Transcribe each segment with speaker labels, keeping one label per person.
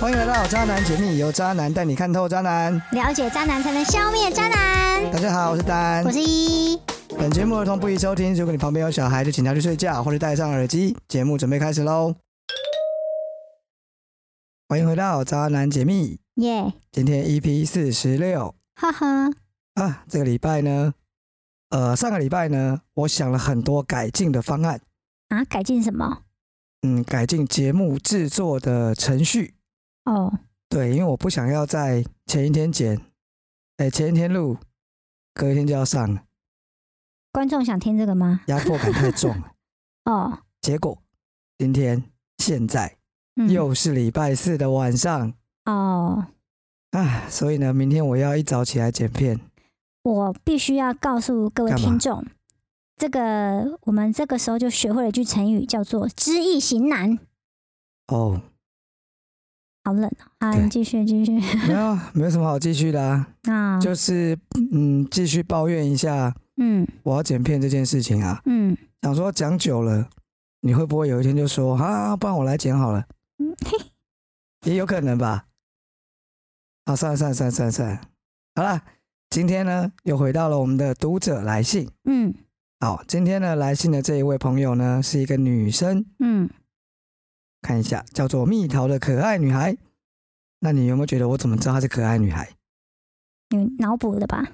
Speaker 1: 好，渣男解密由渣男带你看透渣男。
Speaker 2: 了解渣男才能消灭渣男。
Speaker 1: 大家好，我是丹
Speaker 2: 我。是一，
Speaker 1: 本节目儿童不宜收听，如果你旁边有小孩，就请他去睡觉或者戴上耳机。节目准备开始喽！欢迎回到渣男解密，
Speaker 2: 耶，
Speaker 1: 今天 EP 四十六
Speaker 2: 哈哈，
Speaker 1: 啊，这个礼拜呢，呃，上个礼拜呢，我想了很多改进的方案，
Speaker 2: 啊，改进什么？
Speaker 1: 嗯，改进节目制作的程序。
Speaker 2: 哦，
Speaker 1: 对，因为我不想要在前一天剪，哎，前一天录，隔一天就要上了，
Speaker 2: 观众想听这个吗？
Speaker 1: 压迫感太重了。
Speaker 2: 哦，
Speaker 1: 结果今天现在
Speaker 2: 嗯，
Speaker 1: 又是礼拜四的晚上
Speaker 2: 哦，
Speaker 1: 啊，所以呢，明天我要一早起来剪片。
Speaker 2: 我必须要告诉各位
Speaker 1: 干嘛
Speaker 2: 听众，这个我们这个时候就学会了一句成语，叫做“知易行难
Speaker 1: 哦，”。
Speaker 2: 好冷哦！啊，
Speaker 1: 对
Speaker 2: 你继续继续。
Speaker 1: 没有，没有什么好继续的啊，
Speaker 2: 啊，
Speaker 1: 就是 嗯，继续抱怨一下
Speaker 2: 嗯
Speaker 1: 我要剪片这件事情啊。
Speaker 2: 嗯，
Speaker 1: 想说讲久了，你会不会有一天就说啊，不然我来剪好了？
Speaker 2: 嗯嘿，
Speaker 1: 也有可能吧。好，算了算了算了算了算了，好了，今天呢又回到了我们的读者来信。
Speaker 2: 嗯
Speaker 1: 好，今天呢来信的这一位朋友呢是一个女生，
Speaker 2: 嗯，
Speaker 1: 看一下叫做蜜桃的可爱女孩。那你有没有觉得我怎么知道她是可爱女孩？
Speaker 2: 你脑补的吧？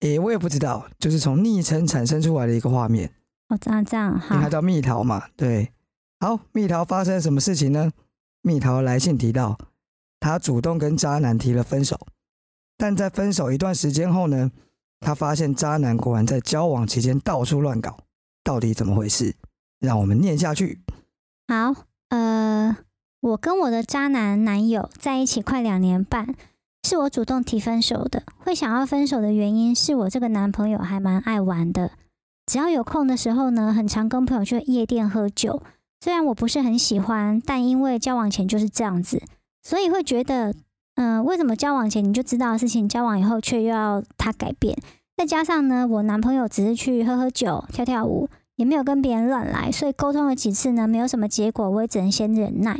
Speaker 1: 诶、我也不知道，就是从昵称产生出来的一个画面，
Speaker 2: 哦，这样这样，
Speaker 1: 因为她
Speaker 2: 好，
Speaker 1: 叫蜜桃嘛。对，好，蜜桃发生什么事情呢？蜜桃来信提到，她主动跟渣男提了分手，但在分手一段时间后呢，她发现渣男果然在交往期间到处乱搞，到底怎么回事？让我们念下去。
Speaker 2: 好，呃，我跟我的渣男男友在一起快两年半，是我主动提分手的。会想要分手的原因是我这个男朋友还蛮爱玩的，只要有空的时候呢，很常跟朋友去夜店喝酒。虽然我不是很喜欢，但因为交往前就是这样子，所以会觉得，嗯、为什么交往前你就知道的事情，交往以后却又要他改变？再加上呢，我男朋友只是去喝喝酒、跳跳舞，也没有跟别人乱来，所以沟通了几次呢，没有什么结果，我也只能先忍耐。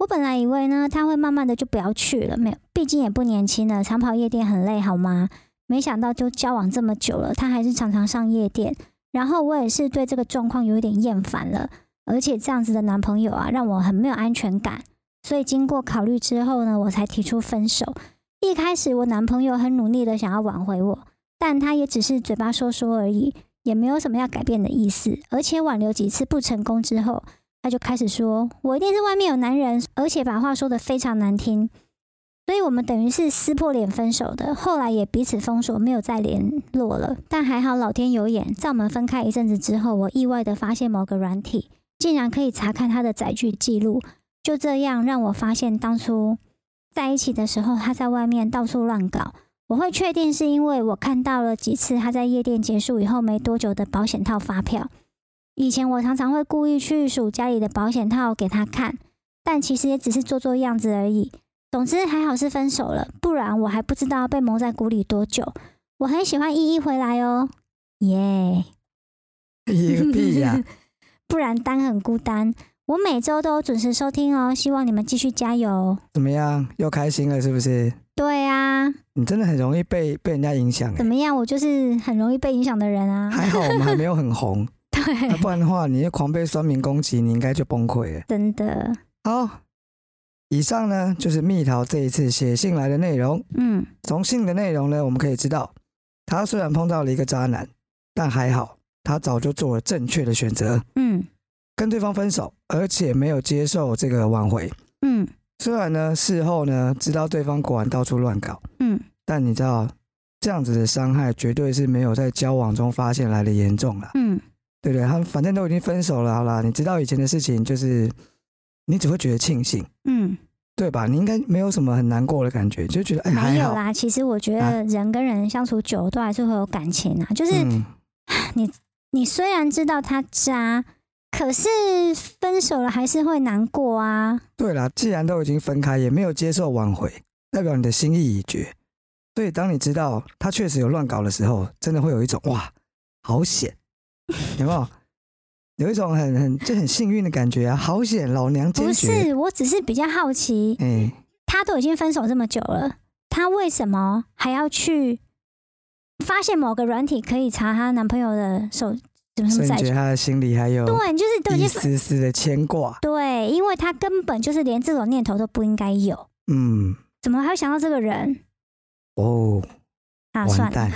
Speaker 2: 我本来以为呢，他会慢慢的就不要去了，没有，毕竟也不年轻了，长跑夜店很累，好吗？没想到就交往这么久了，他还是常常上夜店，然后我也是对这个状况有一点厌烦了，而且这样子的男朋友啊，让我很没有安全感，所以经过考虑之后呢，我才提出分手。一开始我男朋友很努力的想要挽回我，但他也只是嘴巴说说而已，也没有什么要改变的意思，而且挽留几次不成功之后，他就开始说：“我一定是外面有男人。”而且把话说的非常难听，所以我们等于是撕破脸分手的。后来也彼此封锁，没有再联络了。但还好老天有眼，在我们分开一阵子之后，我意外的发现某个软体竟然可以查看他的载具记录，就这样让我发现当初在一起的时候，他在外面到处乱搞。我会确定是因为我看到了几次他在夜店结束以后没多久的保险套发票。以前我常常会故意去数家里的保险套给他看，但其实也只是做做样子而已。总之还好是分手了，不然我还不知道被蒙在鼓里多久。我很喜欢依依回来哦，耶、
Speaker 1: 一个屁呀、
Speaker 2: 不然单很孤单。我每周都有准时收听哦，希望你们继续加油。哦
Speaker 1: 怎么样？又开心了是不是？
Speaker 2: 对啊，
Speaker 1: 你真的很容易被被人家影响
Speaker 2: 怎
Speaker 1: 欸。
Speaker 2: 么样？我就是很容易被影响的人啊。
Speaker 1: 还好我们还没有很红，
Speaker 2: 对
Speaker 1: 要，不然的话，你就狂被酸民攻击，你应该就崩溃了。
Speaker 2: 真的，
Speaker 1: 好，以上呢就是蜜桃这一次写信来的内容。
Speaker 2: 嗯。
Speaker 1: 从信的内容呢，我们可以知道，她虽然碰到了一个渣男，但还好，她早就做了正确的选择，
Speaker 2: 嗯
Speaker 1: 跟对方分手，而且没有接受这个挽回。
Speaker 2: 嗯
Speaker 1: 虽然呢，事后呢知道对方果然到处乱搞，
Speaker 2: 嗯，
Speaker 1: 但你知道，这样子的伤害绝对是没有在交往中发现来的严重啦，
Speaker 2: 嗯，
Speaker 1: 对不对？他们反正都已经分手了，好啦，你知道以前的事情，就是你只会觉得庆幸，
Speaker 2: 嗯，
Speaker 1: 对吧？你应该没有什么很难过的感觉，就觉得哎、
Speaker 2: 没
Speaker 1: 还
Speaker 2: 有
Speaker 1: 好，
Speaker 2: 啦。其实我觉
Speaker 1: 啊
Speaker 2: 得人跟人相处久，都还是会有感情啊。就是
Speaker 1: 嗯，
Speaker 2: 你虽然知道他渣，可是分手了还是会难过啊。
Speaker 1: 对啦，既然都已经分开，也没有接受挽回，代表你的心意已决。所以当你知道他确实有乱搞的时候，真的会有一种哇，好险，有没有？有一种很很就很幸运的感觉啊，好险，老娘坚
Speaker 2: 不
Speaker 1: 决。
Speaker 2: 是，我只是比较好奇，
Speaker 1: 哎、
Speaker 2: 他都已经分手这么久了，他为什么还要去发现某个软体可以查她男朋友的手什么什
Speaker 1: 所
Speaker 2: 么
Speaker 1: 以
Speaker 2: 在
Speaker 1: 你觉得他的心里还有
Speaker 2: 嗯对，你就是都已
Speaker 1: 一
Speaker 2: 经分
Speaker 1: 丝丝的牵挂？
Speaker 2: 对，因为他根本就是连这种念头都不应该有，
Speaker 1: 嗯，
Speaker 2: 怎么还会想到这个人
Speaker 1: 哦，
Speaker 2: 啊？
Speaker 1: 完
Speaker 2: 算了，
Speaker 1: 蛋。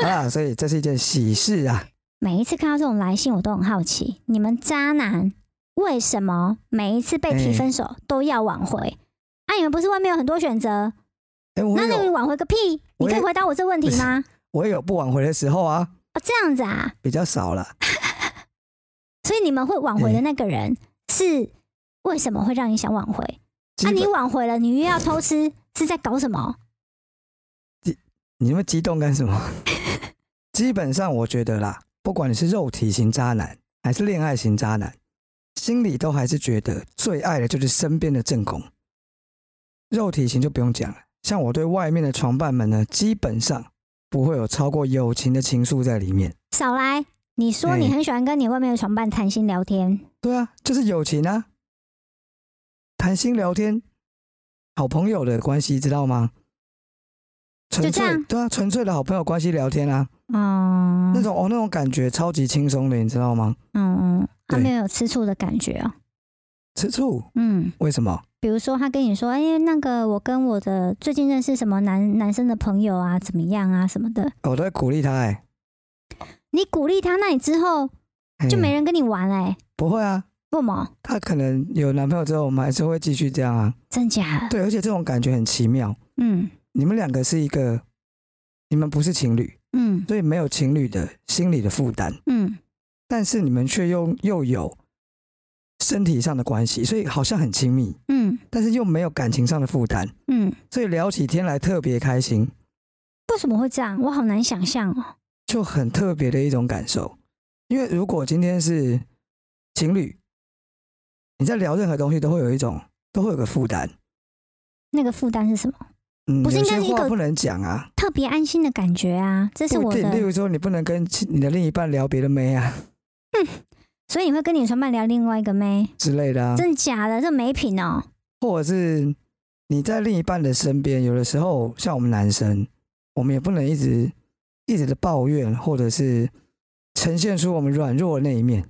Speaker 1: 好啦，所以这是一件喜事啊。
Speaker 2: 每一次看到这种来信，我都很好奇，你们渣男为什么每一次被提
Speaker 1: 哎
Speaker 2: 分手都要挽回？啊，你们不是外面有很多选择，
Speaker 1: 哎、我
Speaker 2: 那那个
Speaker 1: 有
Speaker 2: 挽回个屁！
Speaker 1: 我
Speaker 2: 你
Speaker 1: 也
Speaker 2: 可以回答我这问
Speaker 1: 不
Speaker 2: 题
Speaker 1: 是
Speaker 2: 吗？
Speaker 1: 我也有不挽回的时候啊，
Speaker 2: 哦，这样子啊，
Speaker 1: 比较少了。
Speaker 2: 所以你们会挽回的那个人是为什么会让你想挽回？
Speaker 1: 基
Speaker 2: 啊，
Speaker 1: 本
Speaker 2: 你挽回了，你又要偷吃，是在搞什么？
Speaker 1: 你那么激动干什么？ 基本上我觉得啦，不管你是肉体型渣男还是恋爱型渣男，心里都还是觉得最爱的就是身边的正宫。肉体型就不用讲了，像我对外面的床伴们呢，基本上不会有超过友情的情愫在里面。
Speaker 2: 少来！你说你
Speaker 1: 哎
Speaker 2: 很喜欢跟你外面的床伴谈心聊天，
Speaker 1: 对啊，就是友情啊，谈心聊天，好朋友的关系，知道吗？纯
Speaker 2: 就这
Speaker 1: 粹
Speaker 2: 样
Speaker 1: 对啊，纯粹的好朋友关系聊天啊，
Speaker 2: 哦，
Speaker 1: 那种哦，那种感觉超级轻松的，你知道吗？
Speaker 2: 嗯嗯，他
Speaker 1: 对
Speaker 2: 没有吃醋的感觉哦。
Speaker 1: 吃醋
Speaker 2: 嗯，
Speaker 1: 为什么？
Speaker 2: 比如说他跟你说，哎、那个我跟我的最近认识什么男男生的朋友啊，怎么样啊什么的，
Speaker 1: 哦我都在鼓励他哎、
Speaker 2: 你鼓励他，那你之后
Speaker 1: 欸，
Speaker 2: 就没
Speaker 1: 嘿
Speaker 2: 人跟你玩欸嘞、
Speaker 1: 不会啊。
Speaker 2: 为什么？
Speaker 1: 他可能有男朋友之后，我们还是会继续这样啊。
Speaker 2: 真假的？
Speaker 1: 对，而且这种感觉很奇妙。
Speaker 2: 嗯
Speaker 1: 你们两个是一个，你们不是情侣，
Speaker 2: 嗯
Speaker 1: 所以没有情侣的心理的负担，
Speaker 2: 嗯，
Speaker 1: 但是你们却又又有身体上的关系，所以好像很亲密，
Speaker 2: 嗯
Speaker 1: 但是又没有感情上的负担，
Speaker 2: 嗯，
Speaker 1: 所以聊起天来特别开心，
Speaker 2: 为什么会这样？我好难想象哦。
Speaker 1: 就很特别的一种感受。因为如果今天是情侣，你在聊任何东西都会有一种，都会有个负担。
Speaker 2: 那个负担是什么？
Speaker 1: 嗯，
Speaker 2: 不是
Speaker 1: 有
Speaker 2: 应该
Speaker 1: 些
Speaker 2: 是一
Speaker 1: 话
Speaker 2: 个
Speaker 1: 不能讲啊，
Speaker 2: 特别安心的感觉啊，这是
Speaker 1: 不
Speaker 2: 我
Speaker 1: 一定。例
Speaker 2: 的。
Speaker 1: 如说，你不能跟其你的另一半聊别的妹啊
Speaker 2: 所以你会跟你床伴聊另外一个妹？
Speaker 1: 之类的啊，
Speaker 2: 真假的？这没品哦。
Speaker 1: 或者是你在另一半的身边，有的时候像我们男生，我们也不能一直一直的抱怨，或者是呈现出我们软弱的那一面。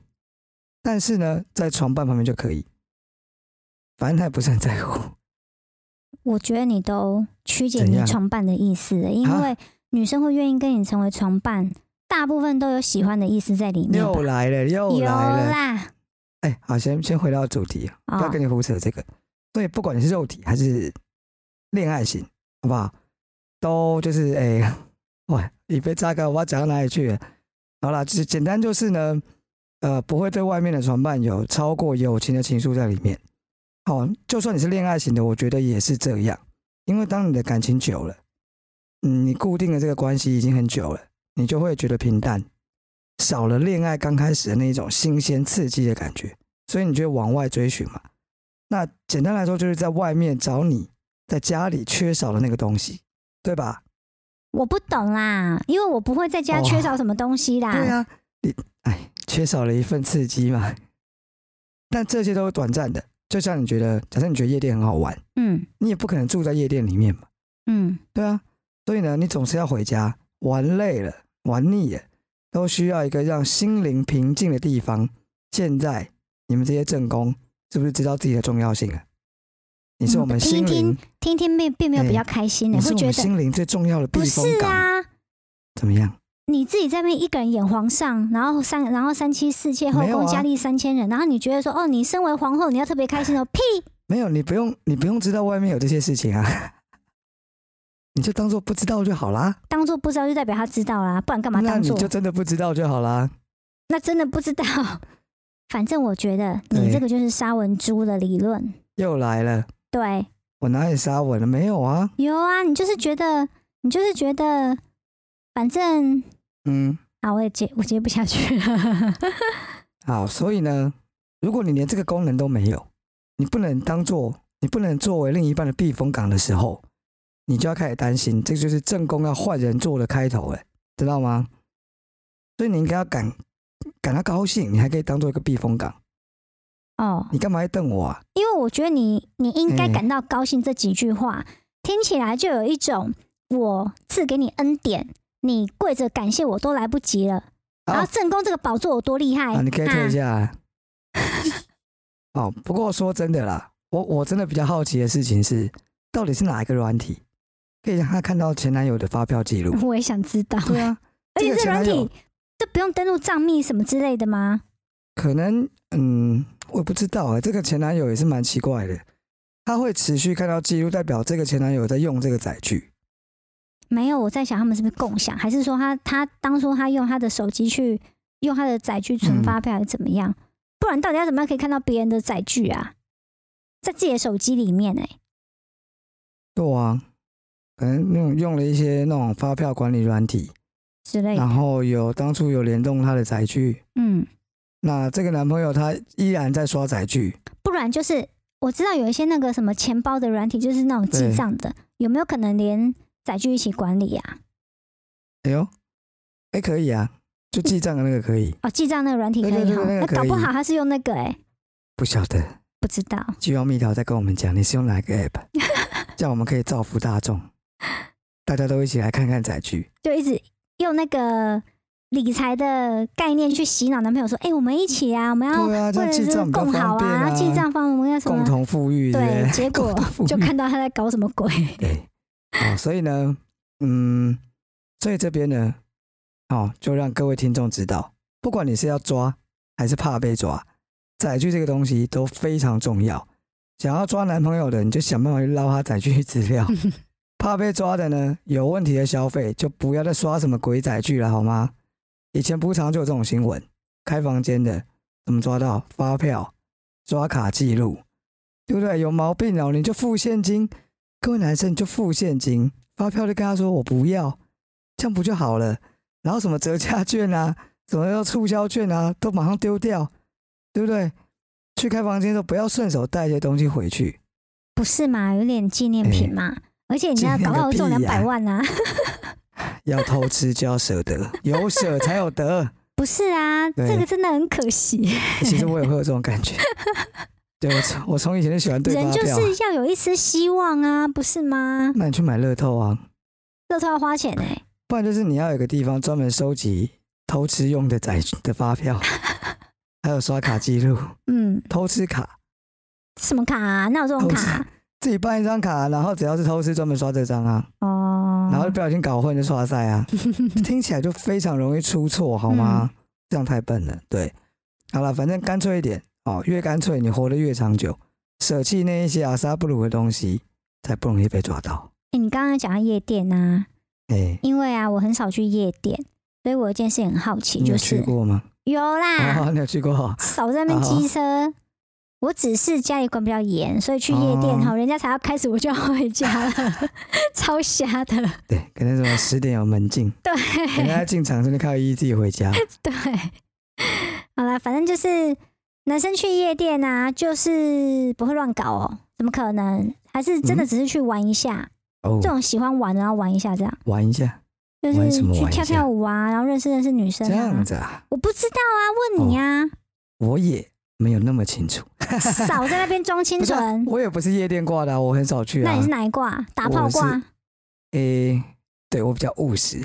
Speaker 1: 但是呢，在床伴旁边就可以，反正他也不是很在乎。
Speaker 2: 我觉得你都曲解
Speaker 1: 怎
Speaker 2: 你
Speaker 1: 样
Speaker 2: 床伴的意思了，因
Speaker 1: 啊
Speaker 2: 为女生会愿意跟你成为床伴，大部分都有喜欢的意思在里面吧。
Speaker 1: 又来了，又
Speaker 2: 有
Speaker 1: 来了。
Speaker 2: 啦，
Speaker 1: 哎、好，先先回到主题，不要
Speaker 2: 哦
Speaker 1: 跟，你胡扯这个。所以不管你是肉体还是恋爱型，好不好？都就是哎、哇，你被榨干，我要讲到哪里去了？好啦，就是简单就是呢，呃，不会对外面的床伴有超过友情的情愫在里面。好，就算你是恋爱型的，我觉得也是这样，因为当你的感情久了，嗯，你固定的这个关系已经很久了，你就会觉得平淡，少了恋爱刚开始的那一种新鲜刺激的感觉，所以你就会往外追寻嘛。那简单来说，就是在外面找你在家里缺少的那个东西，对吧？
Speaker 2: 我不懂啦，因为我不会在家
Speaker 1: 哦
Speaker 2: 缺少什么东西啦。
Speaker 1: 对啊，你哎，缺少了一份刺激嘛。但这些都是短暂的，就像你觉得，假设你觉得夜店很好玩，
Speaker 2: 嗯
Speaker 1: 你也不可能住在夜店里面嘛，
Speaker 2: 嗯
Speaker 1: 对啊。所以呢，你总是要回家，玩累了，玩腻了，都需要一个让心灵平静的地方。现在你们这些正宫是不是知道自己的重要性啊？你是
Speaker 2: 嗯
Speaker 1: 我们
Speaker 2: 听一
Speaker 1: 心
Speaker 2: 听
Speaker 1: 灵，
Speaker 2: 听一听并并没有
Speaker 1: 哎
Speaker 2: 比较开心的、
Speaker 1: 你是
Speaker 2: 会
Speaker 1: 我
Speaker 2: 觉
Speaker 1: 们
Speaker 2: 得
Speaker 1: 心灵最重要的避
Speaker 2: 不
Speaker 1: 风
Speaker 2: 是
Speaker 1: 港，
Speaker 2: 啊。
Speaker 1: 怎么样？
Speaker 2: 你自己在那边一个人演皇上，然后三然后三妻四妾，后
Speaker 1: 没有
Speaker 2: 宫
Speaker 1: 啊
Speaker 2: 佳丽三千人，然后你觉得说哦，你身为皇后，你要特别开心哦？屁！
Speaker 1: 没有，你不用，你不用知道外面有这些事情啊， 你就当做不知道就好啦。
Speaker 2: 当做不知道就代表他知道啦，不然干嘛
Speaker 1: 那
Speaker 2: 当
Speaker 1: 你
Speaker 2: 做？
Speaker 1: 就真的不知道就好啦。
Speaker 2: 那真的不知道。反正我觉得
Speaker 1: 对
Speaker 2: 你这个就是沙文猪的理论，
Speaker 1: 又来了，
Speaker 2: 对，
Speaker 1: 我哪里杀我了？没有啊，
Speaker 2: 有啊，你就是觉得，你就是觉得，反正
Speaker 1: 嗯，
Speaker 2: 啊，我也接我接不下去了，
Speaker 1: 好，所以呢，如果你连这个功能都没有，你不能当做，你不能作为另一半的避风港的时候，你就要开始担心，这就是正宫要换人做的开头、欸，知道吗？所以你应该要感感到高兴，你还可以当做一个避风港。
Speaker 2: 哦，
Speaker 1: 你干嘛要瞪我啊？
Speaker 2: 因为我觉得你你应该
Speaker 1: 嗯
Speaker 2: 感到高兴这几句话，听起来就有一种我赐给你恩典，你跪着感谢我都来不及了。
Speaker 1: 好
Speaker 2: 然后正宫这个宝座有多厉害
Speaker 1: 啊，你可以退一下啊。 哦，不过说真的啦，我我真的比较好奇的事情是，到底是哪一个软体可以让他看到前男友的发票记 录
Speaker 2: 啊？ 我也想知道。
Speaker 1: 对啊，
Speaker 2: 而且
Speaker 1: 这个
Speaker 2: 这
Speaker 1: 前
Speaker 2: 软
Speaker 1: 男友
Speaker 2: 体，这不用登录账密什么之类的吗？
Speaker 1: 可能嗯，我也不知道啊、这个前男友也是蛮奇怪的，他会持续看到记录，代表这个前男友在用这个载具。
Speaker 2: 没有，我在想他们是不是共享，还是说他他当初他用他的手机去用他的载具
Speaker 1: 嗯
Speaker 2: 存发票，还是怎么样？不然到底要怎么样可以看到别人的载具啊？在自己的手机里面哎、
Speaker 1: 对啊，可能那种用了一些那种发票管理软体，
Speaker 2: 之类的
Speaker 1: 然，后有当初有联动他的载具，
Speaker 2: 嗯，
Speaker 1: 那这个男朋友他依然在刷载具，
Speaker 2: 不然就是我知道有一些那个什么钱包的软体，就是那种记
Speaker 1: 对
Speaker 2: 账的，有没有可能连载具一起管理啊？
Speaker 1: 哎呦，哎可以啊，就记账的那个可 以，
Speaker 2: 哦，记账那个软体可
Speaker 1: 对
Speaker 2: 以
Speaker 1: 对
Speaker 2: 哈，
Speaker 1: 对
Speaker 2: 那
Speaker 1: 那个
Speaker 2: 搞
Speaker 1: 可以
Speaker 2: 不好他是用那个哎、
Speaker 1: 不晓得
Speaker 2: 不知道。
Speaker 1: 就要蜜桃再跟我们讲你是用哪个 app，这样我们可以造福大众，大家都一起来看看载具。
Speaker 2: 就一直用那个理财的概念去洗脑男朋友说：“哎、我们一起啊，我们要
Speaker 1: 对啊，这
Speaker 2: 为
Speaker 1: 样
Speaker 2: 了这
Speaker 1: 记
Speaker 2: 个
Speaker 1: 账比较
Speaker 2: 共好
Speaker 1: 方便
Speaker 2: 啊，记账方我们要什
Speaker 1: 共
Speaker 2: 么
Speaker 1: 同富裕，对
Speaker 2: 对
Speaker 1: 不，对
Speaker 2: 结果
Speaker 1: 富裕
Speaker 2: 就看到他在搞什么鬼。
Speaker 1: 对， 哦，所以呢，嗯，所以这边呢，哦，就让各位听众知道，不管你是要抓还是怕被抓，载具这个东西都非常重要。想要抓男朋友的，你就想办法去捞他载具资料；怕被抓的呢，有问题的消费就不要再刷什么鬼载具了，好吗？以前不常就有这种新闻，开房间的怎么抓到发票、刷卡记录，对不对？有毛病哦，你就付现金，各位男生你就付现金，发票就跟他说我不要，这样不就好了？然后什么折价券啊，什么要促销券啊，都马上丢掉，对不对？去开房间的时候不要顺手带一些东西回去，
Speaker 2: 不是嘛？有点纪念品嘛，而且你要搞不好中
Speaker 1: 纪
Speaker 2: 两
Speaker 1: 念个屁
Speaker 2: 百
Speaker 1: 呀
Speaker 2: 万啊！
Speaker 1: 要偷吃就要舍得，有舍才有得。
Speaker 2: 不是啊，
Speaker 1: 对
Speaker 2: 这个真的很可惜。
Speaker 1: 其实我也会有这种感觉，对我从我从以前就喜欢对
Speaker 2: 人
Speaker 1: 发
Speaker 2: 就
Speaker 1: 票啊，
Speaker 2: 是要有一丝希望啊，不是吗？
Speaker 1: 那你去买乐透啊，
Speaker 2: 乐透要花钱哎、
Speaker 1: 不然就是你要有个地方专门收集偷吃用的载的发票，还有刷卡记录、
Speaker 2: 嗯，
Speaker 1: 偷吃卡。
Speaker 2: 什么卡、啊？哪有这种卡啊、
Speaker 1: 自己办一张卡，然后只要是偷吃专门刷这张啊，
Speaker 2: 哦，
Speaker 1: 然后不小心搞混就刷赛 啊，听起来就非常容易出错，好吗？
Speaker 2: 嗯
Speaker 1: 这样太笨了。对，好了，反正干脆一点哦，越干脆你活得越长久，舍弃那一些阿萨布鲁的东西，才不容易被抓到。
Speaker 2: 哎你刚刚讲到夜店啊，
Speaker 1: 哎、
Speaker 2: 因为啊，我很少去夜店，所以我有一件事情很好奇，
Speaker 1: 你有
Speaker 2: 就
Speaker 1: 去
Speaker 2: 是嗯
Speaker 1: 过吗？
Speaker 2: 有啦，
Speaker 1: 啊，你有去过？
Speaker 2: 少在那
Speaker 1: 啊
Speaker 2: 边机车。我只是家里管比较严，所以去夜店
Speaker 1: 啊
Speaker 2: 哈，人家才要开始，我就要回家 了，超瞎的。
Speaker 1: 对，可能什么十点有门禁，
Speaker 2: 对
Speaker 1: 人家进场真的靠依自己回家。
Speaker 2: 对，好啦，反正就是男生去夜店啊，就是不会乱搞哦，怎么可能？还是真的
Speaker 1: 嗯
Speaker 2: 只是去玩一下，
Speaker 1: 哦
Speaker 2: 这，种喜欢玩然后玩一下这样，
Speaker 1: 玩一下，
Speaker 2: 就
Speaker 1: 玩
Speaker 2: 是
Speaker 1: 什么
Speaker 2: 去
Speaker 1: 玩一
Speaker 2: 跳
Speaker 1: 下
Speaker 2: 跳舞啊，然后认识认识女生
Speaker 1: 这样
Speaker 2: 啊。
Speaker 1: 子哦啊，
Speaker 2: 我不知道啊，问你啊。
Speaker 1: 我也没有那么清楚。
Speaker 2: 少在那边装 清
Speaker 1: 不是啊
Speaker 2: 纯。
Speaker 1: 我也不是夜店挂的啊、我很少去啊。
Speaker 2: 那你是哪一挂？打炮挂？
Speaker 1: 诶、对我比较务实，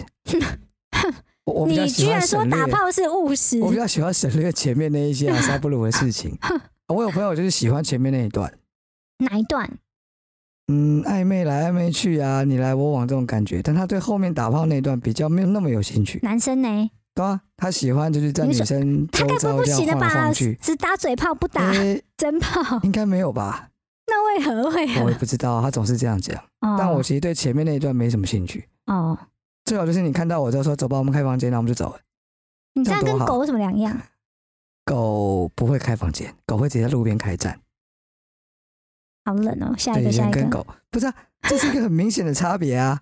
Speaker 1: 我我比较
Speaker 2: 你
Speaker 1: 喜
Speaker 2: 居
Speaker 1: 欢
Speaker 2: 然说
Speaker 1: 省略
Speaker 2: 打，炮是务实
Speaker 1: 我比较喜欢省略前面那一些阿啊萨布鲁的事 情。我有朋友就是喜欢前面那一段，
Speaker 2: 哪一段？
Speaker 1: 嗯，暧昧来暧昧去啊，你来我往这种感觉，但他对后面打炮那一段比较没有那么有兴趣，
Speaker 2: 男生呢？
Speaker 1: 对啊，他喜欢就是在
Speaker 2: 你
Speaker 1: 女
Speaker 2: 说
Speaker 1: 生
Speaker 2: 他
Speaker 1: 周
Speaker 2: 该不会
Speaker 1: 遭
Speaker 2: 不
Speaker 1: 这样
Speaker 2: 行了
Speaker 1: 晃来
Speaker 2: 吧？
Speaker 1: 晃去。
Speaker 2: 只打嘴炮不打哦
Speaker 1: 诶
Speaker 2: 真炮，
Speaker 1: 应该没有吧？
Speaker 2: 那为何为
Speaker 1: 我
Speaker 2: 何
Speaker 1: 也？不知道，他总是这样讲。
Speaker 2: 哦
Speaker 1: 但我其实对前面那一段没什么兴趣，
Speaker 2: 哦，
Speaker 1: 最好就是你看到我就说走吧，我们开房间，然后我们就走了。
Speaker 2: 你这
Speaker 1: 这
Speaker 2: 样
Speaker 1: 样
Speaker 2: 跟
Speaker 1: 多好
Speaker 2: 狗有什么两样？
Speaker 1: 狗不会开房间，狗会直接在路边开战。
Speaker 2: 好冷哦，下
Speaker 1: 对，
Speaker 2: 一个，下
Speaker 1: 人
Speaker 2: 一
Speaker 1: 跟
Speaker 2: 个。
Speaker 1: 狗不是、啊，这是一个很明显的差别 啊。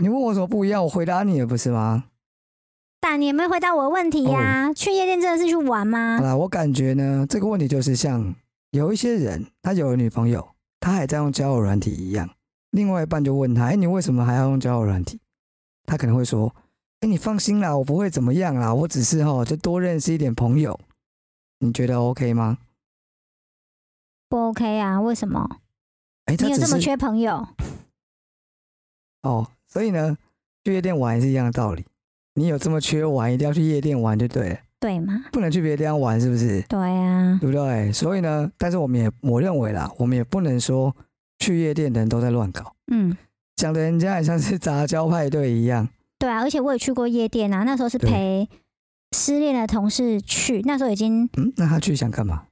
Speaker 1: 你问我什么不一样，我回答你也不是吗？
Speaker 2: 但你有没有回答我的问题
Speaker 1: 哦
Speaker 2: 呀？去夜店真的是去玩
Speaker 1: 好
Speaker 2: 吗？
Speaker 1: 啦，我感觉呢，这个问题就是像有一些人，他有了女朋友，他还在用交友软体一样，另外一半就问他：“哎、你为什么还要用交友软体？”他可能会说：“哎、你放心啦，我不会怎么样啦，我只是哈就多认识一点朋友。”你觉得 OK 吗？
Speaker 2: 不 OK 啊？为什么？
Speaker 1: 哎，他
Speaker 2: 你有
Speaker 1: 只
Speaker 2: 这么
Speaker 1: 是
Speaker 2: 缺朋友？
Speaker 1: 哦，所以呢，去夜店玩也是一样的道理。你有这么缺玩，一定要去夜店玩就对了，
Speaker 2: 对吗？
Speaker 1: 不能去别的地方玩，是不是？
Speaker 2: 对啊，
Speaker 1: 对不对？所以呢，但是我们也我认为啦，我们也不能说去夜店的人都在乱搞，
Speaker 2: 嗯，
Speaker 1: 讲的人家很像是杂交派对一样。
Speaker 2: 对啊，而且我也去过夜店啊，那时候是
Speaker 1: 对
Speaker 2: 陪失恋的同事去，那时候已经
Speaker 1: 嗯，那他去想干嘛？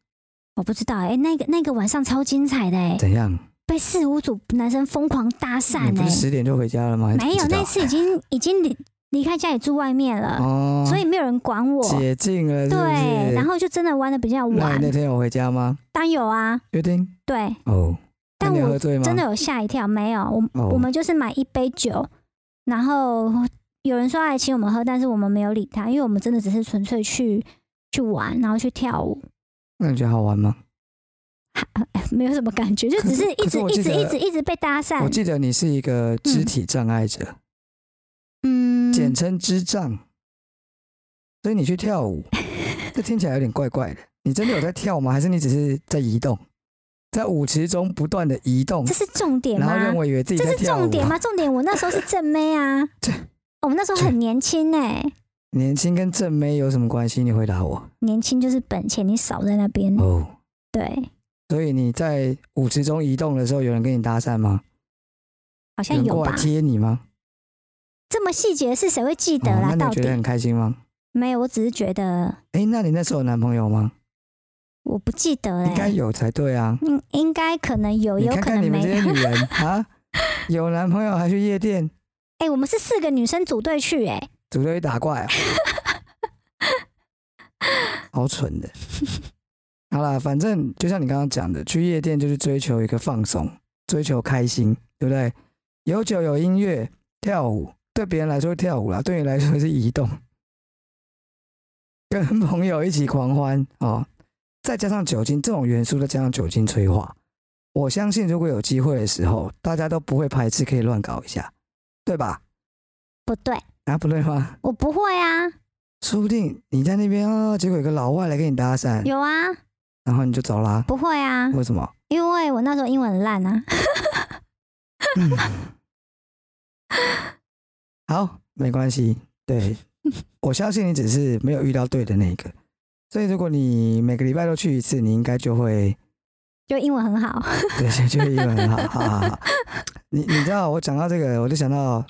Speaker 2: 我不知道哎、那个那个晚上超精彩的哎、
Speaker 1: 怎样？
Speaker 2: 被四五组男生疯狂搭讪
Speaker 1: 你不
Speaker 2: 哎、
Speaker 1: 是十点就回家了吗？你怎么
Speaker 2: 没有
Speaker 1: 知道
Speaker 2: 那次已经已经离离开家里住外面了，
Speaker 1: 哦，
Speaker 2: 所以没有人管我。
Speaker 1: 解禁了是不
Speaker 2: 对，
Speaker 1: 是？
Speaker 2: 然后就真的玩的比较
Speaker 1: 那
Speaker 2: 晚
Speaker 1: 你那，天有回家吗？
Speaker 2: 当然有啊，
Speaker 1: 约定
Speaker 2: 对，
Speaker 1: 哦，那
Speaker 2: 但
Speaker 1: 你有
Speaker 2: 我
Speaker 1: 喝醉吗？
Speaker 2: 真的有吓一跳，没有，我
Speaker 1: 哦，
Speaker 2: 我们就是买一杯酒，然后有人说要来请我们喝，但是我们没有理他，因为我们真的只是纯粹去去玩，然后去跳舞，
Speaker 1: 那你觉得好玩吗？
Speaker 2: 没有什么感觉，就只是一
Speaker 1: 可是
Speaker 2: 直
Speaker 1: 我
Speaker 2: 一
Speaker 1: 记
Speaker 2: 直
Speaker 1: 得
Speaker 2: 一直一直被搭
Speaker 1: 我
Speaker 2: 讪。
Speaker 1: 记得你是一个肢体障碍者，
Speaker 2: 嗯，
Speaker 1: 简称肢障，所以你去跳 舞，这听起来有点怪怪的。你真的有在跳吗？还是你只是在移动，在舞池中不断的移动
Speaker 2: 这，是重点
Speaker 1: 然后认
Speaker 2: 吗？
Speaker 1: 为以为自己
Speaker 2: 这
Speaker 1: 在
Speaker 2: 是
Speaker 1: 跳舞啊
Speaker 2: 重？点吗？重点，我那时候是正妹啊，
Speaker 1: 这
Speaker 2: 我们那时候很年轻哎、
Speaker 1: 年轻跟正妹有什么关系？你回答我
Speaker 2: 年轻就是本钱，你少在那边。
Speaker 1: 哦。
Speaker 2: 对，
Speaker 1: 所以你在舞池中移动的时候，有人跟你搭讪吗？
Speaker 2: 好
Speaker 1: 有
Speaker 2: 像
Speaker 1: 人
Speaker 2: 有
Speaker 1: 过
Speaker 2: 吧
Speaker 1: 来？贴你吗？
Speaker 2: 这么细节的事谁会记得
Speaker 1: 哦
Speaker 2: 啦？
Speaker 1: 那
Speaker 2: 到
Speaker 1: 你觉得
Speaker 2: 底
Speaker 1: 很开心吗？
Speaker 2: 没有，我只是觉得
Speaker 1: 哎、那你那时候有男朋友吗？
Speaker 2: 我不记得
Speaker 1: 应
Speaker 2: 嘞、
Speaker 1: 该有才对啊。
Speaker 2: 嗯，应该可能有，
Speaker 1: 你
Speaker 2: 也有
Speaker 1: 看
Speaker 2: 可
Speaker 1: 看你
Speaker 2: 能
Speaker 1: 们
Speaker 2: 没
Speaker 1: 这
Speaker 2: 有。
Speaker 1: 些女人啊，有男朋友还去夜店，
Speaker 2: 哎、我们是四个女生组队去、哎，
Speaker 1: 组队打怪哦、好蠢的。好啦，反正就像你刚刚讲的，去夜店就是追求一个放松，追求开心，对不对？有酒有音乐，跳舞，对别人来说是跳舞啦，对你来说是移动，跟朋友一起狂欢哦。再加上酒精这种元素，再加上酒精催化，我相信如果有机会的时候，大家都不会排斥可以乱搞一下，对吧？
Speaker 2: 不对，
Speaker 1: 啊，不对吗？
Speaker 2: 我不会啊，
Speaker 1: 嗯说不定你在那边啊、结果有个老外来跟你搭讪，
Speaker 2: 有啊，
Speaker 1: 然后你就走啦。
Speaker 2: 不会啊，
Speaker 1: 为什么？
Speaker 2: 因为我那时候英文很烂啊。
Speaker 1: 嗯好，没关系。 对，我相信你只是没有遇到对的那个。所以如果你每个礼拜都去一次，你应该就会
Speaker 2: 就英文很好，
Speaker 1: 对， 就就会英文很好。好好好，你你知道我讲到这个，我就想到